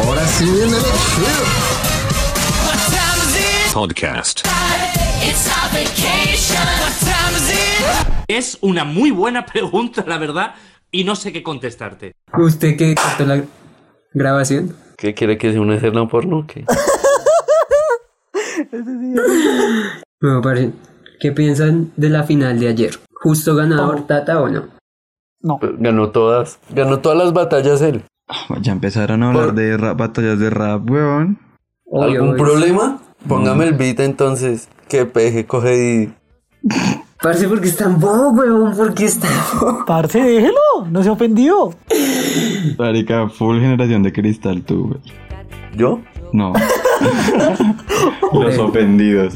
See you in the next show. What time is it? Podcast. It's our vacation. What time is it? Es una muy buena pregunta, la verdad, y no sé qué contestarte. ¿Usted que cortó la grabación? ¿Qué quiere que sea una escena porno? ¿Qué? No, parce. ¿Qué piensan de la final de ayer? ¿Justo Oh. ganador Tata o no? Pues, Ganó todas. Ganó todas las batallas él. Ya empezaron a hablar Por- de rap- batallas de rap, weón. Obvio, ¿Algún obvio. problema? Mm. Póngame el beat entonces. Que peje, coge y. Parce, porque es tan bobo, weón, porque es tan bobo. Parce, déjelo, no se ofendió. Marica, full generación de cristal, tú, güey. ¿Yo? No. Los ofendidos.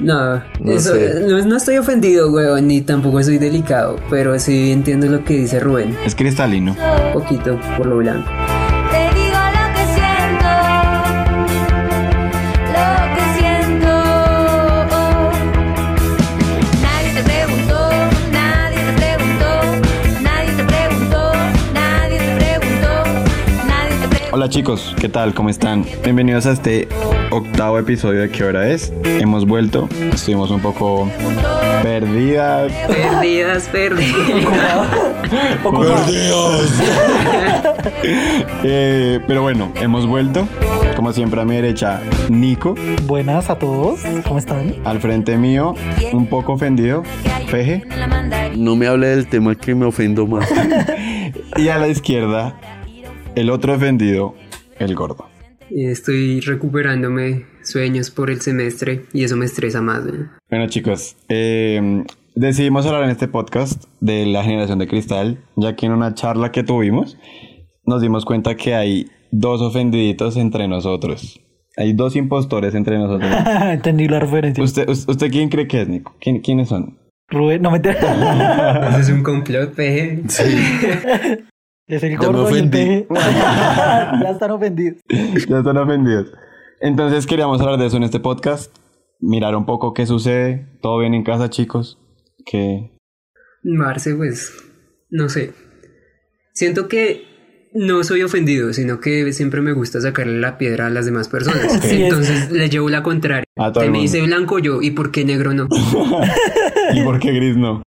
No, No eso- sé. no, no estoy ofendido, weón, ni tampoco soy delicado, pero sí entiendo lo que dice Rubén. Es cristalino. Un poquito por lo blanco. Te digo lo que siento, lo que siento. Nadie te preguntó, nadie te preguntó, nadie te preguntó, nadie te preguntó, nadie te preguntó. Hola chicos, ¿qué tal? ¿Cómo están? Bienvenidos a este octavo episodio de ¿Qué hora es? Hemos vuelto, estuvimos un poco perdidas. Perdidas, perdidas. ¡Perdidos! Eh, pero bueno, hemos vuelto. Como siempre a mi derecha, Nico. Buenas a todos, ¿cómo están? Al frente mío, un poco ofendido, Peje. En la mandarina. No me hable del tema que me ofendo más. Y a la izquierda, el otro ofendido, el gordo. Estoy recuperándome sueños por el semestre y eso me estresa más, weón. Bueno chicos, eh, decidimos hablar en este podcast de la generación de cristal, ya que en una charla que tuvimos nos dimos cuenta que hay dos ofendiditos entre nosotros. Hay dos impostores entre nosotros. Entendí la referencia. ¿Usted, us- usted quién cree que es, Nico? ¿Quién- ¿Quiénes son? Rubén, no me Eso es un complot, peje. Es el me gordo y el ofendí. peje. ya están ofendidos. ya están ofendidos. Entonces queríamos hablar de eso en este podcast, mirar un poco qué sucede, todo bien en casa chicos, que... Marce, pues, no sé. Siento que no soy ofendido, sino que siempre me gusta sacarle la piedra a las demás personas. Sí, es- Entonces le llevo la contraria. A todo Te el me mundo. dice blanco yo, ¿y por qué negro no? ¿Y por qué gris no?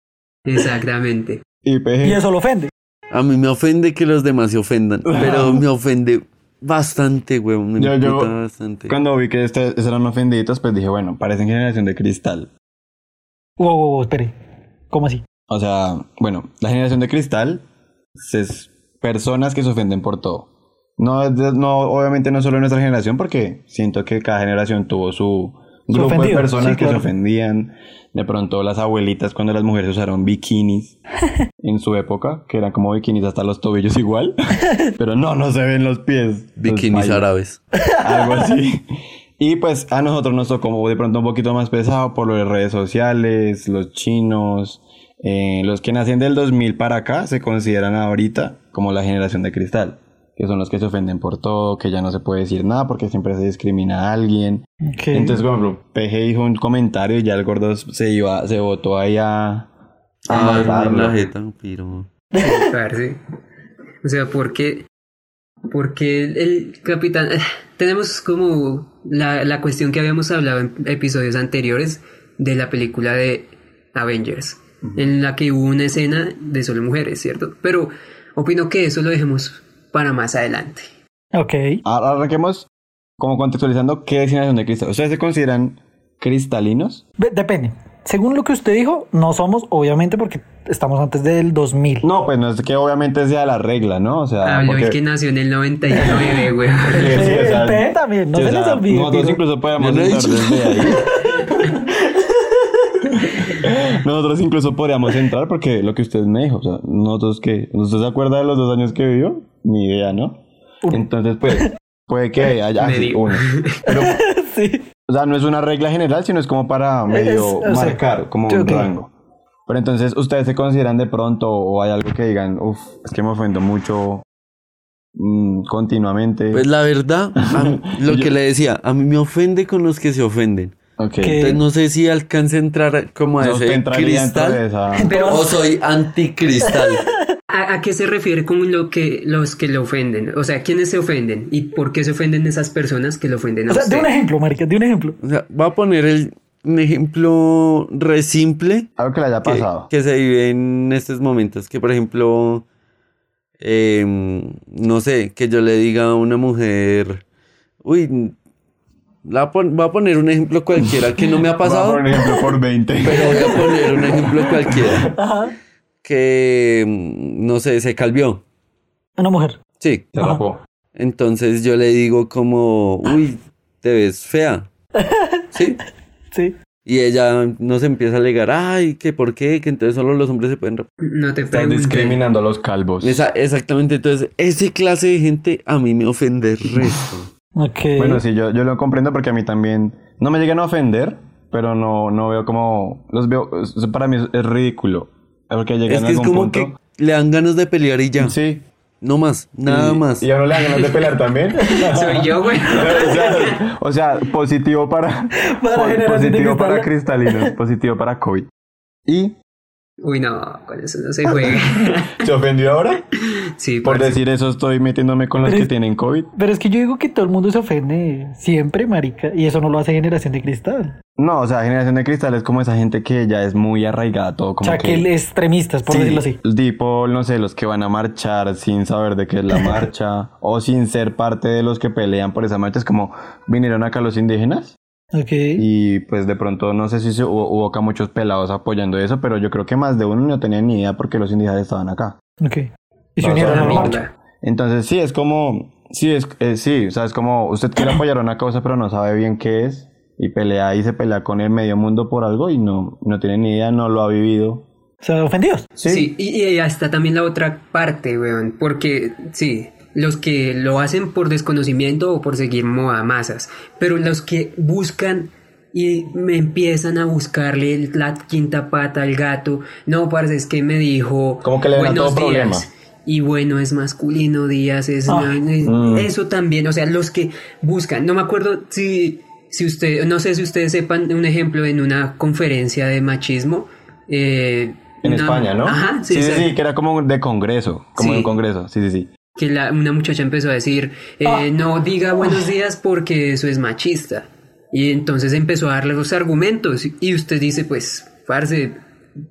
Exactamente. Y peje. Y eso lo ofende. A mí me ofende que los demás se ofendan. Pero me ofende bastante, weón. Me Yo- yo- emputa bastante. Cuando vi que este- eran ofendiditos, pues dije, bueno, parecen generación de cristal. Wow, wow, wow, espere. ¿Cómo así? O sea, bueno, la generación de cristal es personas que se ofenden por todo. No, es de- no, obviamente no solo nuestra generación, porque siento que cada generación tuvo su Su grupo de ofendido, sí, personas que claro. se ofendían. De pronto las abuelitas cuando las mujeres usaron bikinis en su época, que eran como bikinis hasta los tobillos igual, pero no, no se ven los pies. Los Bikinis bailan árabes. algo así. Y pues a nosotros nos tocó de pronto un poquito más pesado por las redes sociales, los chinos, eh, los que nacen del 2000 para acá se consideran ahorita como la generación de cristal, que son los que se ofenden por todo, que ya no se puede decir nada porque siempre se discrimina a alguien. Ok. Entonces, por ejemplo, PG dijo un comentario y ya el gordo se iba, se votó ahí a... Ah, matarlo. la jeta, pero. Parce. O sea, ¿por qué? Porque el, el capitán... eh, Tenemos como la, la cuestión que habíamos hablado en episodios anteriores de la película de Avengers, en la que hubo una escena de solo mujeres, ¿cierto? Pero opino que eso lo dejemos para más adelante. Ok. Ahora Arranquemos como contextualizando qué es generación de cristal. ¿Ustedes se consideran cristalinos? Ve- Depende. Según lo que usted dijo, no somos, obviamente, porque estamos antes del 2000. No, pues no es que obviamente sea la regla, ¿no? O Ah, Ah, sea, Habló porque- el que nació en el 99, güey. Sí, sí, o sea, El P también, no sí, o se les sea, olvide, Nosotros digo. incluso podríamos Yo no he entrar dicho desde ahí. nosotros incluso podríamos entrar porque lo que usted me dijo, o sea, nosotros que, ¿usted se acuerda de los dos años que vivió? Ni idea, ¿no? Entonces, pues, puede que haya ah, sí, Medio. uno. Sí. O sea, no es una regla general, sino es como para medio o sea, marcar, como yo un que- rango. Pero entonces, ¿ustedes se consideran de pronto o hay algo que digan, uff, es que me ofendo mucho mm, continuamente? Pues la verdad, a mí- lo Yo- que le decía, a mí me ofende con los que se ofenden. ok. que- Entonces no sé si alcance a entrar como a No, usted ese entraría dentro cristal. de esa- O soy anticristal. ¿A, a qué se refiere con lo que, los que lo ofenden? O sea, ¿quiénes se ofenden? ¿Y por qué se ofenden esas personas que lo ofenden a O sea, de usted? un ejemplo, marica, de un ejemplo. O sea, voy a poner el, un ejemplo re simple Algo que le haya que, pasado. que se vive en estos momentos. Que, por ejemplo, em, no sé, que yo le diga a una mujer, uy, la pon- voy a poner un ejemplo cualquiera que no me ha pasado. Por ejemplo, por 20. Pero voy a poner un ejemplo cualquiera. Que, mm, no sé, se calvió. Una mujer. Sí. Se rapó. Entonces yo le digo como, uy, te ves fea. Sí. Sí. Y ella nos empieza a alegar, ay, que por qué, que entonces solo los hombres se pueden rapar. No te Están pregunten. discriminando a los calvos. Esa- exactamente, entonces, ese clase de gente a mí me ofende resto. Ok. Bueno, sí, yo, yo lo comprendo porque a mí también no me llegan a ofender, pero no, no veo como los veo. es- Para mí es, es ridículo. Porque llegan Es a que es algún como punto. que le dan ganas de pelear y ya. Sí. No más, nada y, más. Y a uno le dan ganas de pelear también. Soy yo, güey. Claro, o sea, positivo para, Para po- generación de positivo cristal. para cristalinos, positivo para COVID. ¿Y Uy, no, con eso no se juega. se ofendió ahora? Sí, pues, Por parce. decir eso estoy metiéndome con los Pero que es- tienen COVID. Pero es que yo digo que todo el mundo se ofende siempre, marica, y eso no lo hace generación de cristal. No, o sea, generación de cristal es como esa gente que ya es muy arraigada a todo como o sea, que- que, extremistas, por Sí, decirlo así. Tipo, no sé, los que van a marchar sin saber de qué es la marcha o sin ser parte de los que pelean por esa marcha. Es como vinieron acá los indígenas Ok. y pues de pronto no sé si se- hubo, hubo acá muchos pelados apoyando eso, pero yo creo que más de uno no tenía ni idea porque los indígenas estaban acá. Ok. Y se No, unieron son a la amigos. marcha. Entonces sí, es como, sí, es, eh, sí, o sea, es como usted quiere apoyar una causa pero no sabe bien qué es y pelea y se pelea con el medio mundo por algo y no, no tiene ni idea, no lo ha vivido. O sea, ofendidos. Sí, y, y ahí está también la otra parte, weón, porque sí, los que lo hacen por desconocimiento o por seguir moda masas, pero los que buscan y me empiezan a buscarle el- la quinta pata al gato, no, parce, es que me dijo Como que le ven a buenos todo días. problema. Y bueno, es masculino, días, es... Ah. es- Mm. Eso también, o sea, los que buscan, no me acuerdo si, si usted, no sé si ustedes sepan un ejemplo en una conferencia de machismo. eh, En una- España, ¿no? Ajá, sí, sí, sí, o sea, sí, que era como de congreso, como Sí. de un congreso, sí, sí, sí. Que la- una muchacha empezó a decir, eh, no diga buenos días porque eso es machista. Y entonces empezó a darle los argumentos. Y usted dice, pues, parce,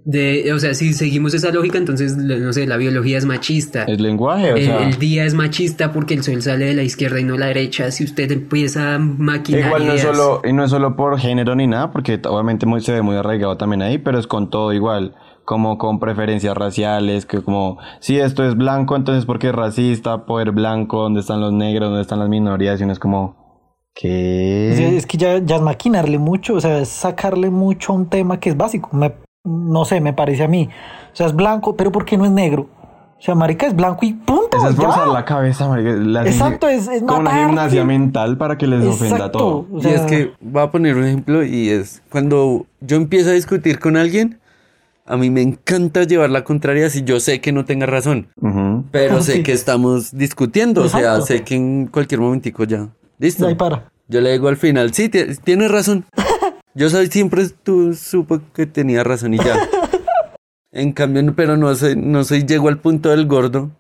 de, o sea, si seguimos esa lógica, entonces, le- no sé, la biología es machista. Es lenguaje, o el, sea. el día es machista porque el sol sale de la izquierda y no la derecha. Si usted empieza a maquinar Igual no es, ideas- solo, y no es solo por género ni nada, porque t- obviamente muy, se ve muy arraigado también ahí, pero es con todo igual, como con preferencias raciales, que como, si esto es blanco, entonces porque es racista, poder blanco, dónde están los negros, dónde están las minorías, y uno es como, ¿qué? O sea, es que ya, ya es maquinarle mucho, o sea, es sacarle mucho a un tema que es básico. Me- no sé, me parece a mí. O sea, es blanco, pero ¿por qué no es negro? O sea, marica es blanco y punto. es esforzar ya. la cabeza, marica, la hacen- Exacto, es- es como una matar, gimnasia sí. mental para que les ofenda Exacto, todo. o Y es sea, que voy a poner un ejemplo y es cuando yo empiezo a discutir con alguien, a mí me encanta llevar la contraria si yo sé que no tenga razón, Ujú. pero Ah, sé sí. que estamos discutiendo, o Exacto. sea, sé que en cualquier momentico ya. Listo. ahí para. Yo le digo al final, sí, tie- tienes razón. Yo soy, siempre tú supo que tenía razón y ya. En cambio, no- pero no soy, no soy, llego al punto del gordo.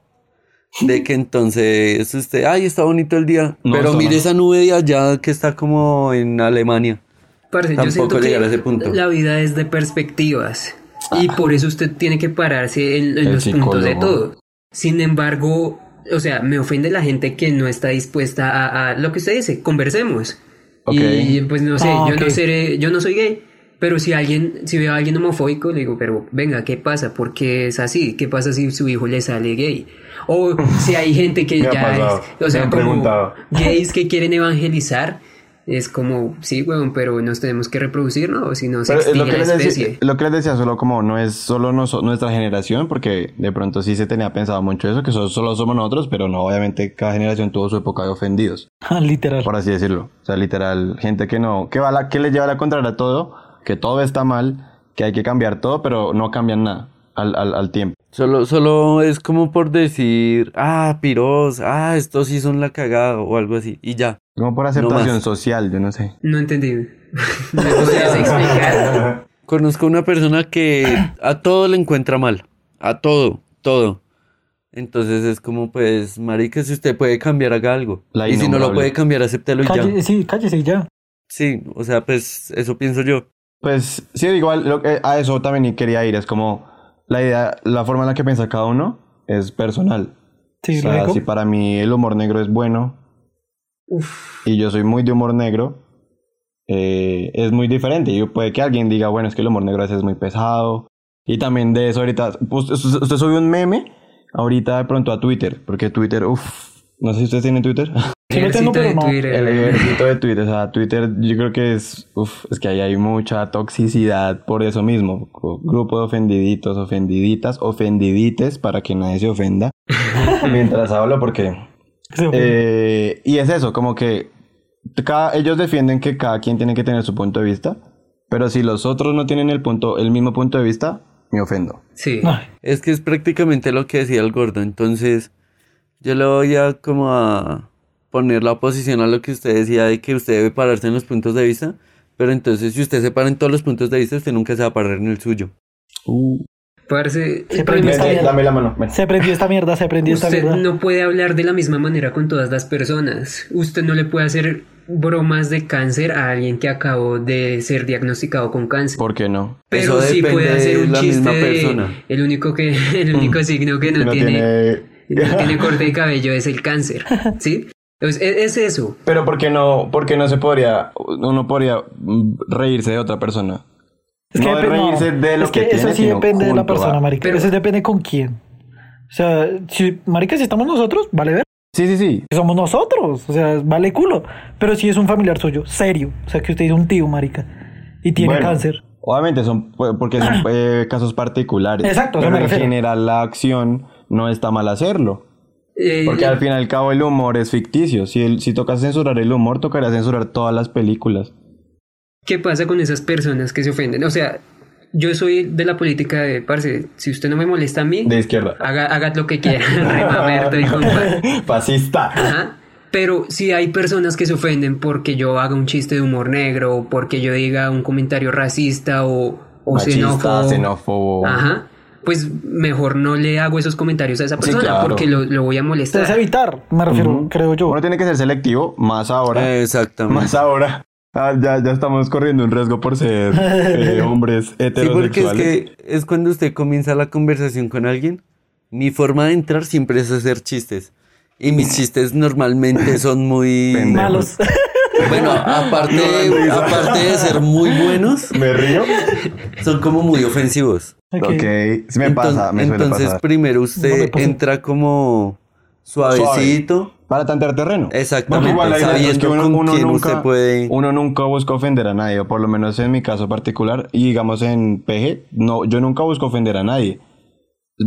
De que entonces usted, ay, está bonito el día. No, pero eso mire no. esa nube de allá que está como en Alemania. Parce, yo Tampoco siento que llegar a ese punto. Ah. la vida es de perspectivas y por eso usted tiene que pararse en, en El los puntos de psicólogo. todo. Sin embargo, o sea, me ofende la gente que no está dispuesta a, a lo que usted dice, conversemos. Ok. Y pues no sé, Ah, yo no ok. seré, yo no soy gay, pero si alguien, si veo a alguien homofóbico, le digo, pero venga, ¿qué pasa? ¿Por qué es así? ¿Qué pasa si su hijo le sale gay? O si hay gente que Me ha ya pasado, es, o sea, me han como preguntado. gays que quieren evangelizar, es como, sí, weón, pero nos tenemos que reproducir, ¿no? O Si no se Pero es Pues extingue lo, que la les especie. decía, lo que les decía, solo como no es solo noso- nuestra generación, porque de pronto sí se tenía pensado mucho eso, que so- solo somos nosotros, pero no, obviamente cada generación tuvo su época de ofendidos, Ah, Literal. por así decirlo. O sea, literal, gente que no, que, va a la, que le lleva la contraria a todo, que todo está mal, que hay que cambiar todo, pero no cambian nada al, al- al tiempo. Solo, solo es como por decir, ah, piros, ah, estos sí son la cagada o algo así. Y ya. Como por aceptación social, yo no sé. No entendí. ¿Me podrías explicar? Conozco una persona que a todo le encuentra mal. A todo, todo. Entonces es como, pues, marica, si usted puede cambiar, haga algo. La y si no lo innombrable. puede cambiar, acéptelo y ya. Calle- sí, cállese y ya. Sí, o sea, pues, eso pienso yo. Pues sí, igual lo que- a eso también quería ir. Es como la idea, la forma en la que piensa cada uno es personal. Sí, o sea, luego. si para mí el humor negro es bueno y yo soy muy de humor negro, eh, es muy diferente. Y puede que alguien diga, bueno, es que el humor negro a veces es muy pesado. Y también de eso ahorita, pues, usted, usted subió un meme ahorita de pronto a Twitter, porque Twitter, uff, no sé si ustedes tienen Twitter. Sí lo tengo, Ejército pero de no. Twitter. El ejército de Twitter, o sea, Twitter yo creo que es, uf, es que ahí hay mucha toxicidad por eso mismo. Co- Grupo de ofendiditos, ofendiditas, ofendidites, para que nadie se ofenda. Mientras hablo, porque... Sí, eh, y es eso, como que cada- ellos defienden que cada quien tiene que tener su punto de vista, pero si los otros no tienen el, punto, el mismo punto de vista, me ofendo. Sí. Ay, Es que es prácticamente lo que decía el gordo. Entonces, yo le voy a como a poner la oposición a lo que usted decía de que usted debe pararse en los puntos de vista. Pero entonces, si usted se para en todos los puntos de vista, usted nunca se va a parar en el suyo. Parce, Se para mí prendió es esta que mierda. la mano. ven. Se prendió esta mierda, se prendió esta usted mierda. no puede hablar de la misma manera con todas las personas. Usted no le puede hacer bromas de cáncer a alguien que acabó de ser diagnosticado con cáncer. ¿Por qué no? Pero Eso sí depende puede hacer de un la chiste misma de- persona. el único que el único signo que no, No tiene, Mm. tiene- no tiene corte de cabello es el cáncer, ¿sí? Pues, e- es eso. Pero ¿por qué no, por qué no se podría, uno podría mm, reírse de otra persona? no de depende- reírse de lo es que, tiene, Eso sí sino depende de la junto a- persona, marica. Pero- eso depende con quién. O sea, si, marica, si estamos nosotros, vale ver. Sí, sí, sí. que Somos nosotros, o sea, vale culo. Pero si es un familiar suyo, serio. O sea, que usted es un tío, marica. Y tiene Bueno, cáncer. Obviamente son pu- porque son eh, casos particulares. Exacto, a eso Pero me en refiero. general la acción no está mal hacerlo. Eh, Porque al fin y al cabo el humor es ficticio. Si, el- si tocas censurar el humor, tocaría censurar todas las películas. ¿Qué pasa con esas personas que se ofenden? O sea, yo soy de la política de, parce, si usted no me molesta a mí, De Ah, izquierda. haga, haga lo que quiera, remamerto y compa. Fascista. Ajá. Pero si hay personas que se ofenden porque yo haga un chiste de humor negro, o porque yo diga un comentario racista o, o Machista, xenófobo. xenófobo. Ajá. Pues mejor no le hago esos comentarios a esa persona claro. porque lo, lo voy a Usted es molestar. evitar, me refiero, creo yo. Uno tiene que ser selectivo, más ahora. Exactamente. Más ahora. Ah, ya, ya estamos corriendo un riesgo por ser eh, hombres Sí, porque es heterosexuales. que es cuando usted comienza la conversación con alguien. Mi forma de entrar siempre es hacer chistes. Y Mm. mis chistes normalmente son muy Pendejos. Malos. Bueno, aparte, de, aparte de ser muy buenos, Me río. son como muy ofensivos. Ok. Ok, sí me Enton- pasa, me suele entonces, pasar. primero No me usted pasa. entra como suavecito. Para tantear terreno. Exactamente, Porque la idea sabiendo con quién nunca, usted puede- uno nunca busca ofender a nadie, o por lo menos en mi caso particular, y digamos en PG, no, yo nunca busco ofender a nadie.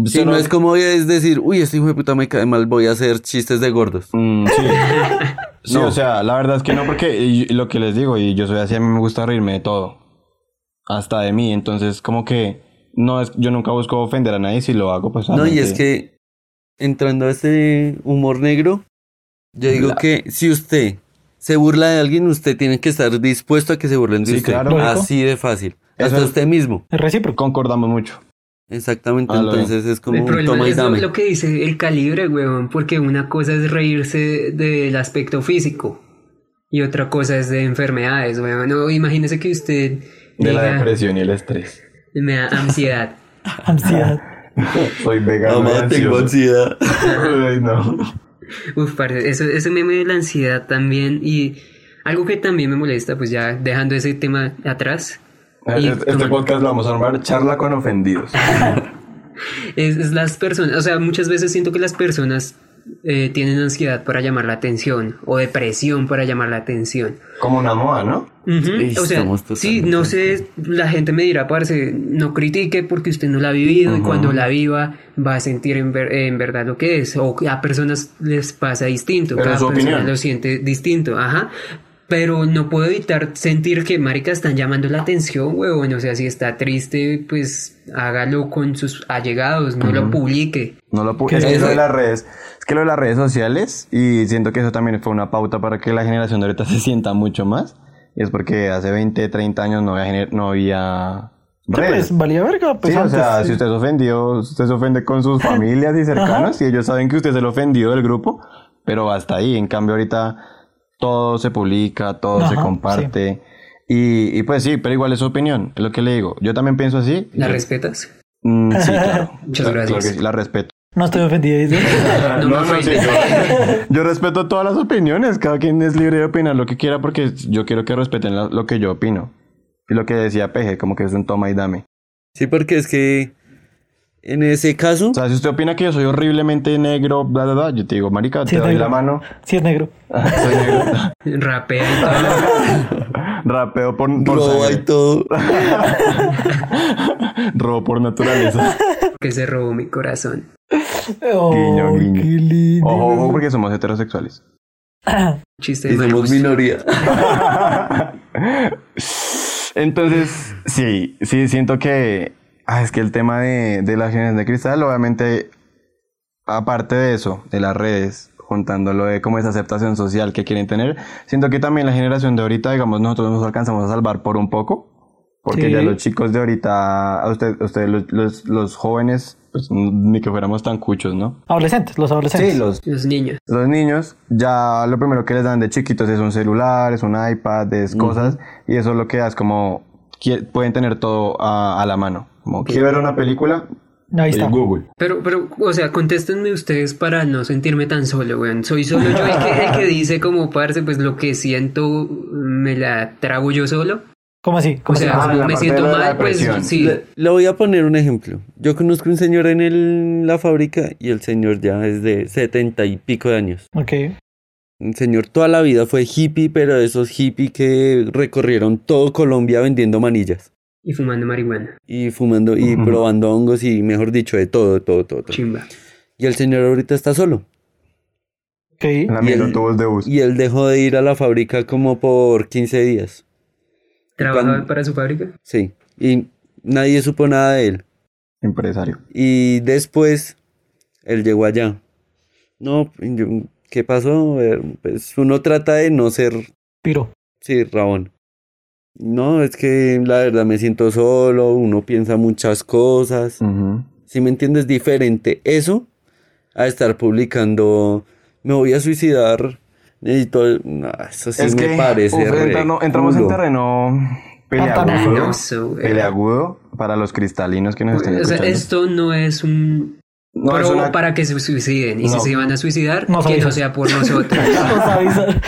Si Solo- no es como es decir, uy, este hijo de puta me cae mal, voy a hacer chistes de gordos. Mm, sí. Sí, No. o sea, la verdad es que no, porque y- y lo que les digo, y yo soy así, a mí me gusta reírme de todo. Hasta de mí, entonces como que no es, yo nunca busco ofender a nadie, si lo hago, pues... No, y obviamente- es que entrando a ese humor negro, yo digo que si usted se burla de alguien, usted tiene que estar dispuesto a que se burlen de Sí, usted. claro. Lógico. Así de fácil. Eso Hasta es- usted mismo. Es recíproco. Concordamos mucho. Exactamente. Ah, lo bien. entonces es como El un problema toma y es lo, dame. lo que dice el calibre, weón, porque una cosa es reírse del aspecto físico y otra cosa es de enfermedades, weón. No, imagínese que usted De la diga, depresión y el estrés. me da ansiedad. Ansiedad. Soy vegano. Mamá, y tengo ansioso. ansiedad. Ay, no. Uf, parce, eso, ese meme de la ansiedad también y algo que también me molesta, pues ya dejando ese tema atrás, Y- Este, este podcast lo vamos a nombrar Charla con Ofendidos. es, es las personas, o sea, muchas veces siento que las personas eh, tienen ansiedad para llamar la atención o depresión para llamar la atención. Como una moda, ¿no? Ujú, Ey, O sea, estamos sí, totalmente no sé, la gente me dirá, parce, no critique porque usted no la ha vivido y cuando la viva va a sentir en, ver- en verdad lo que es. O a personas les pasa distinto, Pero cada es su persona opinión. lo siente distinto, ajá. Pero no puedo evitar sentir que marica están llamando la atención, huevón. O sea, si está triste, pues hágalo con sus allegados, no lo publique. No lo pu- ¿Qué es que es? lo de las redes. Es que lo de las redes sociales, y siento que eso también fue una pauta para que la generación de ahorita se sienta mucho más. Y es porque hace 20, 30 años no había, gener- no había Sí, Redes. pues valía verga. Pues sí, o antes, sea, sí. si usted se ofendió, usted se ofende con sus familias y cercanos y ellos saben que usted se lo ofendió del grupo, pero hasta ahí. En cambio, ahorita todo se publica, todo se Ajá, comparte. Y, y pues sí, pero igual es su opinión, es lo que le digo. Yo también pienso así. ¿La Yo- respetas? Mm, sí, claro. Muchas Claro- gracias. claro que sí, la respeto. No estoy ofendido. dice. No, no, no, sí, yo, yo respeto todas las opiniones. Cada quien es libre de opinar lo que quiera porque yo quiero que respeten la- lo que yo opino. Y lo que decía Peje, como que es un toma y dame. Sí, porque es que en ese caso, O sea, si usted opina que yo soy horriblemente negro, bla, bla, bla, yo te digo, marica, Sí, te doy negro. la mano. Sí, es negro. Soy negro. Rapea y todo. Rapeo por, por roba y sangre. todo. Robo por naturaleza. Que se robó mi corazón. Oh, Guiño, guiño. qué lindo. Ojo, ojo, porque somos heterosexuales. Chiste de pues, Y mal somos gusto. minoría. Entonces, sí, sí, siento que ah, es que el tema de, de las generaciones de cristal, obviamente, aparte de eso, de las redes, juntándolo de como esa aceptación social que quieren tener, siento que también la generación de ahorita, digamos, nosotros nos alcanzamos a salvar por un poco, porque Sí. ya los chicos de ahorita, a usted, a usted, los, los- los jóvenes, pues, ni que fuéramos tan cuchos, ¿no? Adolescentes, los adolescentes. los, Los niños. los niños ya lo primero que les dan de chiquitos es un celular, es un iPad, es cosas, y eso lo que das como qui- pueden tener todo a, a la mano. Como quiero ver una película, Ahí está. en Google. Pero, pero, o sea, contéstenme ustedes para no sentirme tan solo, weón. Soy solo yo el que, el que dice como parce, pues lo que siento me la trago yo solo. ¿Cómo así? O ¿Cómo sea, Ah, como la me parte siento de la mal, pues depresión. sí. Le, le voy a poner un ejemplo. Yo conozco un señor en el- la fábrica y el señor ya es de setenta y pico de años. se llama? El señor toda la vida fue hippie, pero de esos hippies que recorrieron todo Colombia vendiendo manillas Y fumando marihuana. y fumando y Ujú. probando hongos y mejor dicho de todo, de todo, todo, todo. Chimba. Y el señor ahorita está solo. Ok, ok. La Y micro el- tubos de bus. Y él dejó de ir a la fábrica como por 15 días. ¿Trabajaba Cuando- para su fábrica? Sí. Y nadie supo nada de él. Empresario. Y después él llegó allá. No, yo- ¿qué pasó? Eh, Pues uno trata de no ser, Piro. sí, Rabón. No, es que la verdad me siento solo, uno piensa muchas cosas. Ujú. Si me entiendes, diferente eso a estar publicando, me voy a suicidar. Y todo, eso sí me parece. uf, re entrano- entramos en culo. terreno Ah, peleagudo. Pantanoso, weón. Peleagudo para los cristalinos que nos están eh, O sea, escuchando. esto no es un No, es pro una- para que se suiciden. Y No. si se van a suicidar, Nos que no avisas. sea por nosotros. Nos avisan.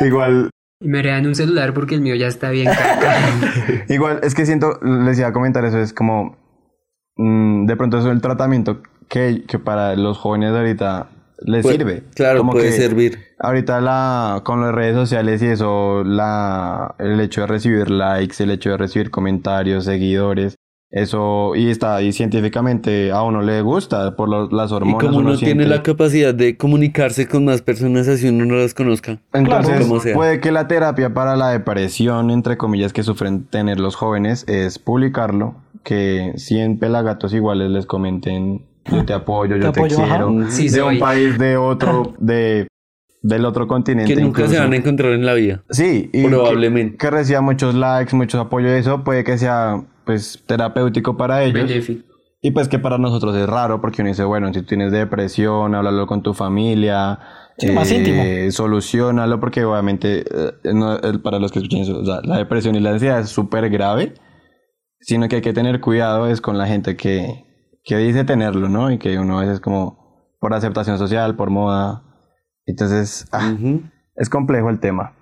Igual, Y me dan un celular porque el mío ya está bien caca. Igual, es que siento, les iba a comentar eso, es como, mm, de pronto eso es el tratamiento que, que para los jóvenes de ahorita les Pu- sirve. Pues, claro, Como puede que servir. Ahorita la, con las redes sociales y eso, la, el hecho de recibir likes, el hecho de recibir comentarios, seguidores, eso, y está ahí científicamente a uno le gusta por lo- las Y hormonas. como uno uno tiene siente- la capacidad de comunicarse con más personas así uno no las conozca. Entonces, como sea. puede que la terapia para la depresión, entre comillas, que sufren tener los jóvenes es publicarlo, que 100 pelagatos iguales les comenten, yo te apoyo, yo Te te, apoyo, ajá. quiero, Sí, de soy. un país, de otro, de, del otro continente. Que nunca se incluso. van a encontrar en la vida. Sí, y Probablemente. Que, que reciba muchos likes, muchos apoyos, eso puede que sea pues terapéutico para ellos. Benefic. Y pues que para nosotros es raro porque uno dice, bueno, si tienes depresión, háblalo con tu familia, eh, Sí, más íntimo. solucionalo porque obviamente eh, no- eh, para los que escuchen eso, o sea, la depresión y la ansiedad es súper grave, sino que hay que tener cuidado es con la gente que, que dice tenerlo, ¿no? Y que uno a veces como por aceptación social, por moda. Entonces, ah, Ujú. es complejo el tema.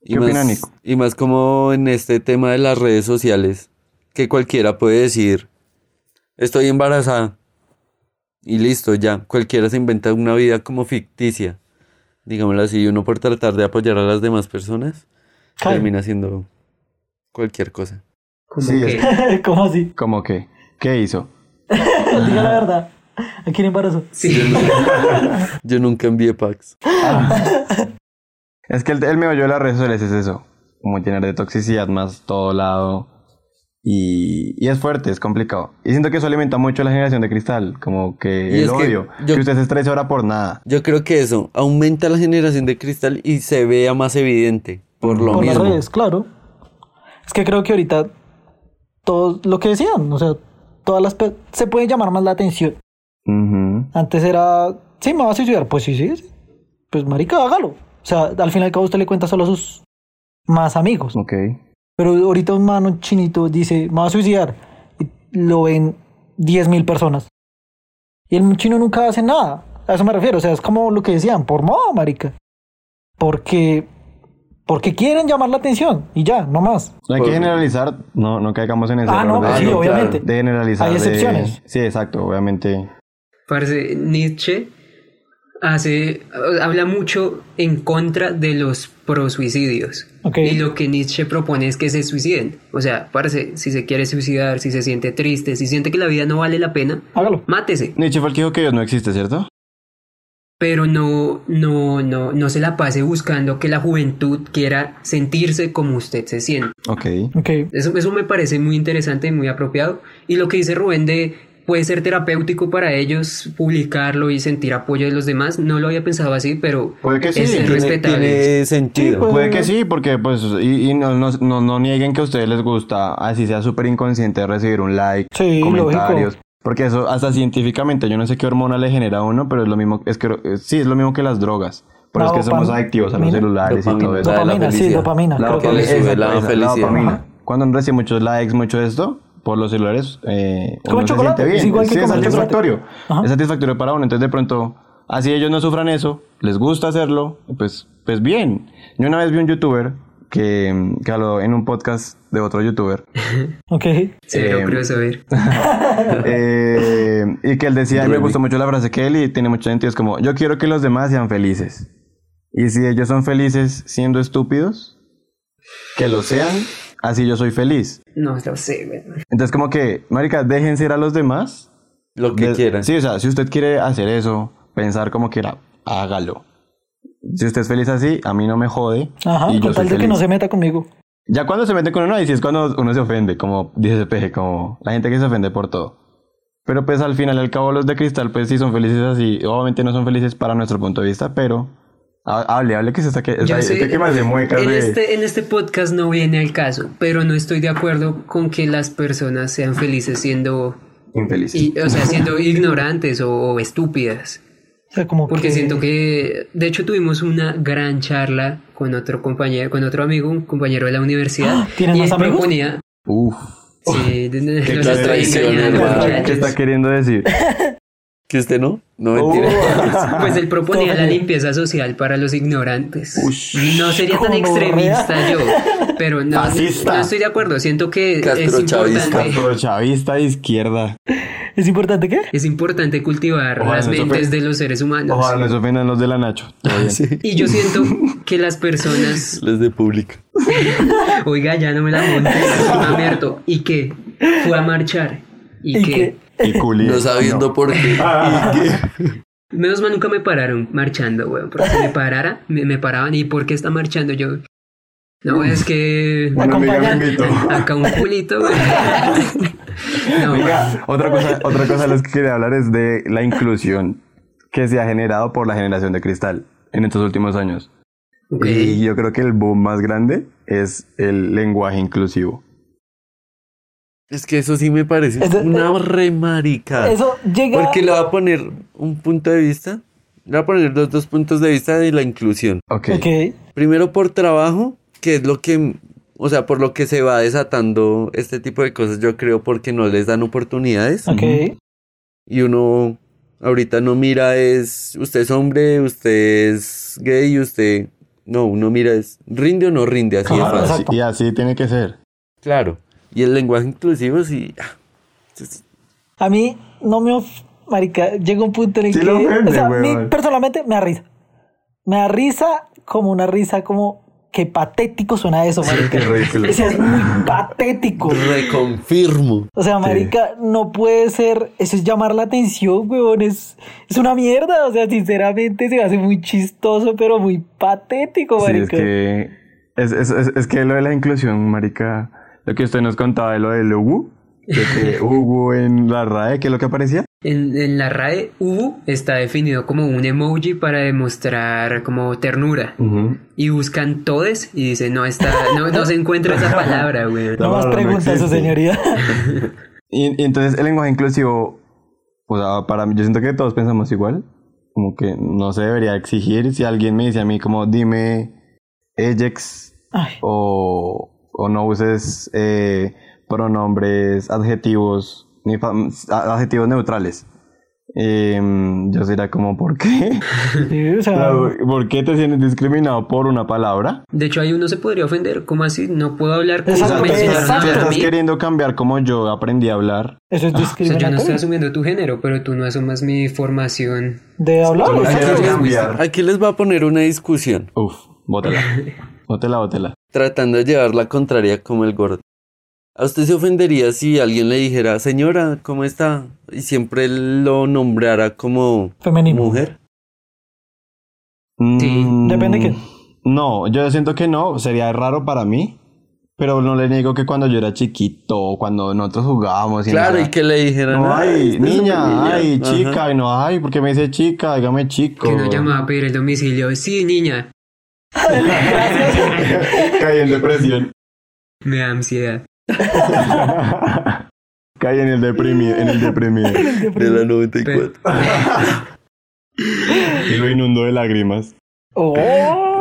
Y ¿Qué más, opina Nico? Y más como en este tema de las redes sociales, que cualquiera puede decir, estoy embarazada. Y listo, ya. Cualquiera se inventa una vida como ficticia. Digámoslo así, y uno por tratar de apoyar a las demás personas Cae. termina haciendo cualquier cosa. Como Sí, que ¿Cómo así? Como que, ¿qué hizo? Diga la verdad. ¿A quién embarazo? sí. Yo nunca envié packs. Es que el, el meollo de las redes sociales es eso. Como llenar de toxicidad más todo lado. Y, y es fuerte, es complicado. Y siento que eso alimenta mucho a la generación de cristal. Como que Y el es que odio. Que, yo- usted se estresa ahora por nada. Yo creo que eso aumenta la generación de cristal y se vea más evidente por lo Por las mismo. redes, claro. Es que creo que ahorita todo lo que decían, o sea, todas las pe- se puede llamar más la atención. Ujú. Antes era, sí, me vas a suicidar, pues sí, sí, sí. pues marica, hágalo. O sea, al final y al cabo usted le cuenta solo a sus más amigos. Ok. Pero ahorita un mano chinito dice, me va a suicidar. Y lo ven 10.000 personas. Y el chino nunca hace nada. A eso me refiero. O sea, es como lo que decían, por moda, marica. Porque, porque quieren llamar la atención. Y ya, no más. No hay que generalizar, no, no caigamos en ese Ah, error no, de, sí, claro, obviamente. de generalizar. Hay de- excepciones. Sí, exacto, obviamente. Parce, Nietzsche hace, habla mucho en contra de los prosuicidios. Ok. Y lo que Nietzsche propone es que se suiciden. O sea, parce, si se quiere suicidar, si se siente triste, si siente que la vida no vale la pena, Hágalo. mátese. Nietzsche fue el que dijo que Dios no existe, ¿cierto? Pero no, no, no, no se la pase buscando que la juventud quiera sentirse como usted se siente. Ok. Ok. Eso, eso me parece muy interesante y muy apropiado. Y lo que dice Rubén de puede ser terapéutico para ellos publicarlo y sentir apoyo de los demás, no lo había pensado así, pero Puede que sí, es tiene- Tiene, respetable. tiene sentido. pues. Puede que sí, porque pues, y, y no, no, no, no nieguen que a ustedes les gusta, así sea súper inconsciente recibir un like, Sí, comentarios. lógico. Porque eso, hasta científicamente, yo no sé qué hormona le genera a uno, pero es lo mismo, es que eh, sí, es lo mismo que las drogas. Pero La es que somos dopamina. adictivos a los Dopamina. celulares y todo eso. La de la Dopamina, sí, felicidad. dopamina. La creo que dopamina, le es. sube exacto, la esa, felicidad. dopamina. Cuando uno recibe muchos likes, mucho esto, por los celulares, eh, Como uno se chocolate, siente bien. es igual que Sí, es comer chocolate. satisfactorio. Ajá. Es satisfactorio para uno. Entonces, de pronto, así ellos no sufran eso, les gusta hacerlo, pues, pues bien. Yo una vez vi un youtuber que, que habló en un podcast de otro youtuber Ok. Cero, Eh, creo saber. eh, y que él decía, me gustó mucho la frase que él y tiene mucho sentido, es como, yo quiero que los demás sean felices. Y si ellos son felices siendo estúpidos, que lo sean, así yo soy feliz. No lo sé, güey. Entonces como que, marica, déjense ir a los demás. Lo que De- quieran. Sí, o sea, si usted quiere hacer eso, pensar como quiera, hágalo. Si usted es feliz así, a mí no me jode. Ajá. y yo Con soy tal de que feliz. no se meta conmigo. Ya cuando se mete con uno, ahí sí es cuando uno se ofende, como dice Peje, como la gente que se ofende por todo. Pero pues al final, al cabo, los de cristal, pues sí son felices así. Obviamente no son felices para nuestro punto de vista, pero ha- hable, hable que se está que Yo está- sé- este que más de muecas en, de- este, en este podcast no viene al caso, pero no estoy de acuerdo con que las personas sean felices siendo, infelices. y- o sea, siendo ignorantes o, o estúpidas. O sea, como Porque que- siento que, de hecho, tuvimos una gran charla con otro compañero, con otro amigo, un compañero de la universidad. ¿Tienen y más él amigos? proponía, Uf, Oh. sí, de- de- qué los clase de estoy traición, engañando, hermano. muchachos. ¿qué está queriendo decir? ¿Que usted no? No mentira. Pues él proponía Todo. la limpieza social para los ignorantes. no sería tan Como extremista yo, pero no, Fascista. no estoy de acuerdo. Siento que es Castrochavista. importante, Castro-chavista de izquierda. ¿Es importante qué? es importante cultivar Ojalá las no se mentes ofenda. de los seres humanos. Ojalá les ofendan los de la Nacho. Todo bien. Sí, Y yo siento que las personas, los de pública. oiga, ya no me la montes, mamerto, y que fue a marchar. Y, ¿Y que, qué? Y culi. No sabiendo por qué. menos mal nunca me pararon marchando, weón. Porque si me parara, me, me paraban. ¿Y por qué está marchando yo? No, es que Una amiga me invitó. Acá un culito. güey. No, Oiga, otra cosa, otra cosa de las que quería hablar es de la inclusión que se ha generado por la generación de cristal en estos últimos años. ok. Y yo creo que el boom más grande es el lenguaje inclusivo. Es que eso sí me parece Eso- una remarica. Eso llega... Porque le va a poner un punto de vista. Le va a poner los dos puntos de vista de la inclusión. Ok. Ok. Primero por trabajo, que es lo que, o sea, por lo que se va desatando este tipo de cosas, yo creo, porque no les dan oportunidades. Ok. Y uno ahorita no mira es, usted es hombre, usted es gay, usted... No, uno mira es, rinde o no rinde, así de Claro, Claro, fácil. así- y así tiene que ser. Claro. Y el lenguaje inclusivo, sí. ah, es- A mí no me of... Marica, llega un punto en el Sí que... lo ofende, o sea, a mí weón. personalmente me da risa. Me da risa como una risa como... Qué patético suena eso, marica. ridículo. O sea, es muy patético. Reconfirmo. O sea, marica, no puede ser... Eso es llamar la atención, weón. Es, es una mierda. O sea, sinceramente se me hace muy chistoso, pero muy patético, Sí, marica. es que, es, es- es- es que lo de la inclusión, marica, lo que usted nos contaba de lo del Ugu, de que Ugu en la RAE, ¿qué es lo que aparecía? en, en la RAE, U está definido como un emoji para demostrar como ternura. Y buscan todes y dicen, no está, no, no se encuentra esa palabra, güey. La No más palabra no preguntas, su existe. señoría. Y, y entonces el lenguaje inclusivo, o sea, para mí, yo siento que todos pensamos igual. Como que no se debería exigir si alguien me dice a mí como dime Ajax Ay, o, o no uses eh, pronombres, adjetivos, ni fa- a- adjetivos neutrales. Em, yo sería como, ¿por qué? sí, o O sea, sea, ¿Por qué te sientes discriminado por una palabra? De hecho, ahí uno se podría ofender. ¿Cómo así? No puedo hablar como O sea, Exacto, te mencionaron estás, a te estás mí. queriendo cambiar como yo aprendí a hablar. eso es Ah, O sea, yo no estoy discriminatorio. asumiendo tu género, pero tú no asumas mi formación. De hablar, Tú o sea, quieres Aquí les- cambiar. Aquí les va a poner una discusión, Uf, bótala. Bótela, bótela. tratando de llevar la contraria como el gordo. ¿A usted se ofendería si alguien le dijera, señora, ¿cómo está? Y siempre lo nombrara como femenino. mujer. Sí. Mm, Depende qué. No, yo siento que no, sería raro para mí. Pero no le niego que cuando yo era chiquito, cuando nosotros jugábamos. y Claro, no y que le dijeran, No, "Ay, ay, este es un niño". niña, ay, Ajá. chica, y no, ay, porque me dice chica, dígame chico. Que no llamaba a pedir el domicilio. Sí, niña. Caí en depresión. Me da ansiedad. Caí en el deprimido, en el deprimido. De la 94. Y lo inundó de lágrimas. Oh,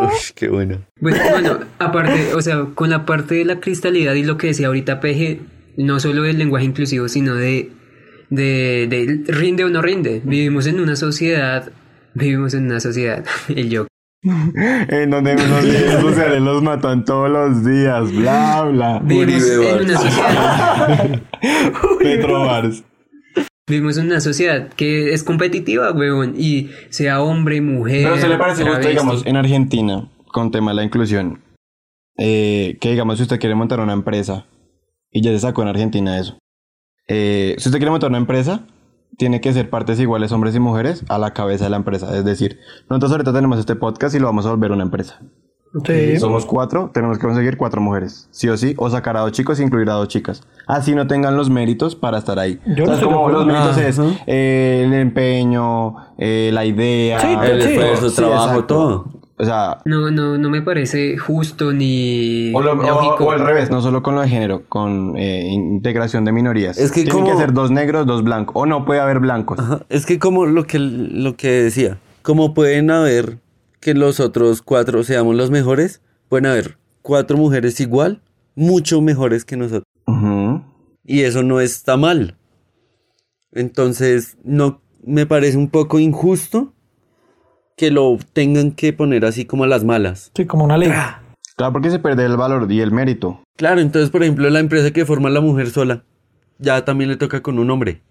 Ush, qué bueno. Bueno, bueno, aparte, o sea, con la parte de la cristalidad y lo que decía ahorita PG, no solo del lenguaje inclusivo, sino de, de, de rinde o no rinde. Vivimos en una sociedad, vivimos en una sociedad, el yo. En donde los líderes sociales los matan todos los días, bla, bla. Vivimos Uribe en una Vars. sociedad, Petrovars. vivimos en una sociedad que es competitiva, weón, y sea hombre, mujer. Pero se le parece justo, travesti. digamos, en Argentina, con tema de la inclusión, eh, que digamos, si usted quiere montar una empresa, y ya se sacó en Argentina eso, eh, si usted quiere montar una empresa, tiene que ser partes iguales, hombres y mujeres, a la cabeza de la empresa. Es decir, nosotros ahorita tenemos este podcast y lo vamos a volver una empresa. sí. Somos cuatro, tenemos que conseguir cuatro mujeres, sí o sí, o sacar a dos chicos e incluir a dos chicas. Así no tengan los méritos para estar ahí. Yo no Entonces, estoy de como acuerdo. los méritos es Ah. Ajá. eh, el empeño, eh, la idea, Sí, El Sí. esfuerzo, Sí, trabajo, exacto. todo. O sea, No, no, no me parece justo ni o, lo- o- lógico. o al revés, no solo con lo de género, con eh, integración de minorías. Es que Tienen como- que ser dos negros, dos blancos, o no puede haber blancos. Ajá, Es que como lo que, lo que decía, como pueden haber que los otros cuatro seamos los mejores, pueden haber cuatro mujeres igual, mucho mejores que nosotros. Ujú. Y eso no está mal. Entonces, no me parece un poco injusto que lo tengan que poner así como a las malas. Sí, como una ley. Claro, porque se pierde el valor y el mérito. Claro, entonces, por ejemplo, la empresa que forma la mujer sola, ya también le toca con un hombre.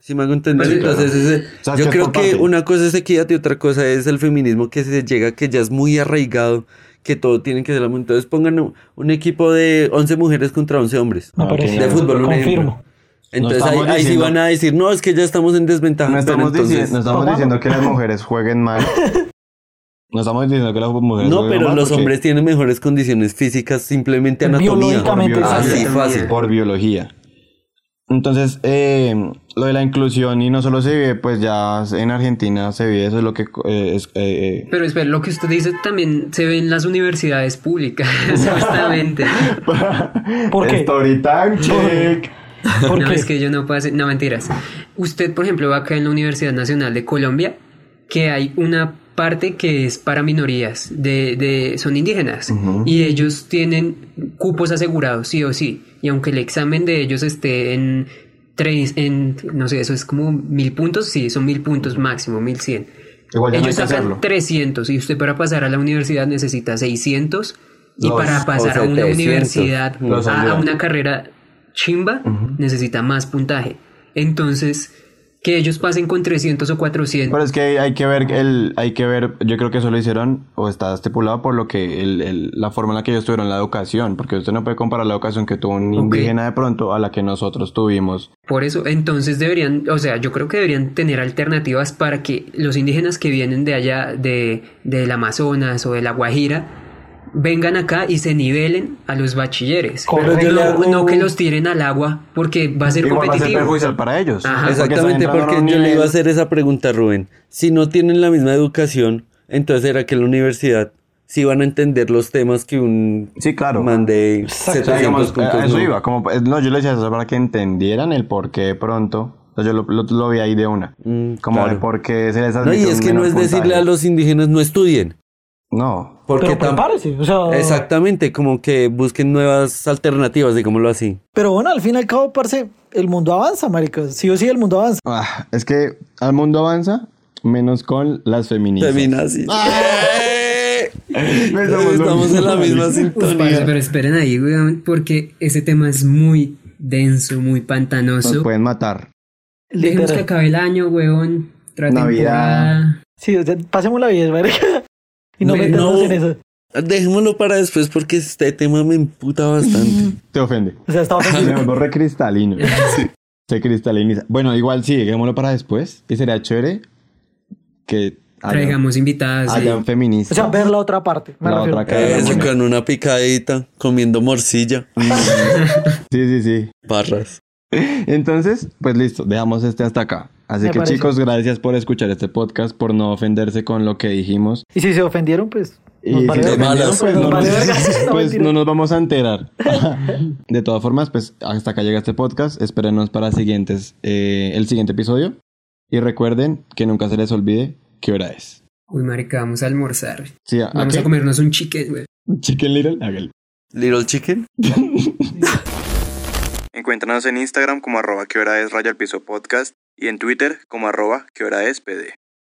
Si me hago entender, Pues sí, entonces ese- O sea, es yo que creo por que parte. una cosa es equidad y otra cosa es el feminismo que se llega, que ya es muy arraigado, que todo tiene que ser la mujer. Entonces pongan un, un equipo de 11 mujeres contra 11 hombres. Me Ah, parece. ok. De fútbol, un Confirmo. Entonces ahí, estamos ahí sí diciendo- van a decir, no, es que ya estamos en desventaja. No pero estamos, entonces- diciendo, no estamos Ojalá. diciendo que las mujeres jueguen mal. No estamos diciendo que las mujeres No, jueguen pero mal los porque- hombres tienen mejores condiciones físicas, simplemente anatomía. Biológicamente, por exacto. Así fácil. por biología. Entonces, eh, lo de la inclusión y no solo se vive, pues ya en Argentina se vive, eso es lo que eh, es, eh, eh. Pero espera, lo que usted dice también se ve en las universidades públicas, justamente. ¿Por qué? Story time check. ¿Por no, qué? es que yo no puedo hacer... No, mentiras. Usted, por ejemplo, va acá en la Universidad Nacional de Colombia, que hay una parte que es para minorías, de, de- son indígenas, y ellos tienen cupos asegurados, sí o sí. Y aunque el examen de ellos esté en tres, en, no sé, eso es como mil puntos, sí, son mil puntos máximo, mil cien. Igual ya no hay Ellos que hacerlo. sacan 300 y usted para pasar a la universidad necesita 600 y Los- para pasar o a una 700, universidad, los a, a ayudan. una carrera chimba, necesita más puntaje. Entonces, que ellos pasen con 300 o 400. Pero es que hay que ver el, hay que ver, yo creo que eso lo hicieron o está estipulado por lo que el- el- la forma en la que ellos tuvieron la educación, porque usted no puede comparar la educación que tuvo un Ok. indígena de pronto a la que nosotros tuvimos. Por eso, entonces deberían, o sea, yo creo que deberían tener alternativas para que los indígenas que vienen de allá, de, del Amazonas o de la Guajira, vengan acá y se nivelen a los bachilleres. Correcto. No- No, que los tiren al agua porque va a ser Igual va a ser competitivo. perjudicial para ellos. Ajá. Ah, porque están Exactamente, entrando a porque un yo le nivel- iba a hacer esa pregunta, Rubén. Si no tienen la misma educación, entonces será que en la universidad sí van a entender los temas que un Sí, claro. man de O sea, 700 digamos, puntos a eso no. iba, como, eh, no, yo le decía eso para que entendieran el por qué de pronto. O sea, yo lo, lo- lo vi ahí de una. Mm, como de claro. por qué se les No, y admitió es un que no menor es decirle puntaje. a los indígenas no estudien, No. porque Pero tam- prepárese, o sea... exactamente, como que busquen nuevas alternativas, digámoslo así. Pero bueno, al fin y al cabo, parce, el mundo avanza, marica. Sí o sí, el mundo avanza. Ah, es que al mundo avanza menos con las feministas. Feminazis. Ah. Estamos lo Estamos en la mismo. Pues, Uf, misma parce, sintonía. pero esperen ahí, weón, porque ese tema es muy denso, muy pantanoso. Nos pueden matar. Dejemos que Literal. acabe el año, weón. Otra pues, Navidad. temporada. Sí, o sea, pasemos la vida, marica. Y no Me- metamos no. en eso. Dejémoslo para después porque este tema me emputa bastante. Te ofende. O sea, está ofensivo. Me vuelvo re cristalino. Se cristaliniza. Bueno, igual sí, dejémoslo para después. Y sería chévere que hayan, Traigamos invitadas. eh. sí. hayan feministas. O sea, ver la otra parte. Me La refiero. otra cara. Eso, con una picadita, comiendo morcilla, Sí, sí, sí. barras. Entonces, pues listo, dejamos este hasta acá. Así Me que parece. chicos, gracias por escuchar este podcast, por no ofenderse con lo que dijimos. Y si se ofendieron, pues. Y nos si vale se de verga. malas. Pues, nos no, vale verga. nos- No, pues mentira. no nos vamos a enterar. De todas formas, pues hasta acá llega este podcast. Espérenos para siguientes, eh, el siguiente episodio. Y recuerden que nunca se les olvide qué hora es. Uy, marica, vamos a almorzar. Sí, ¿a- a Vamos qué? a comernos un chicken, weón. Chicken Little, hágale. Little Chicken. Encuéntranos en Instagram como arroba que hora es raya al piso podcast y en Twitter como arroba que hora es pd.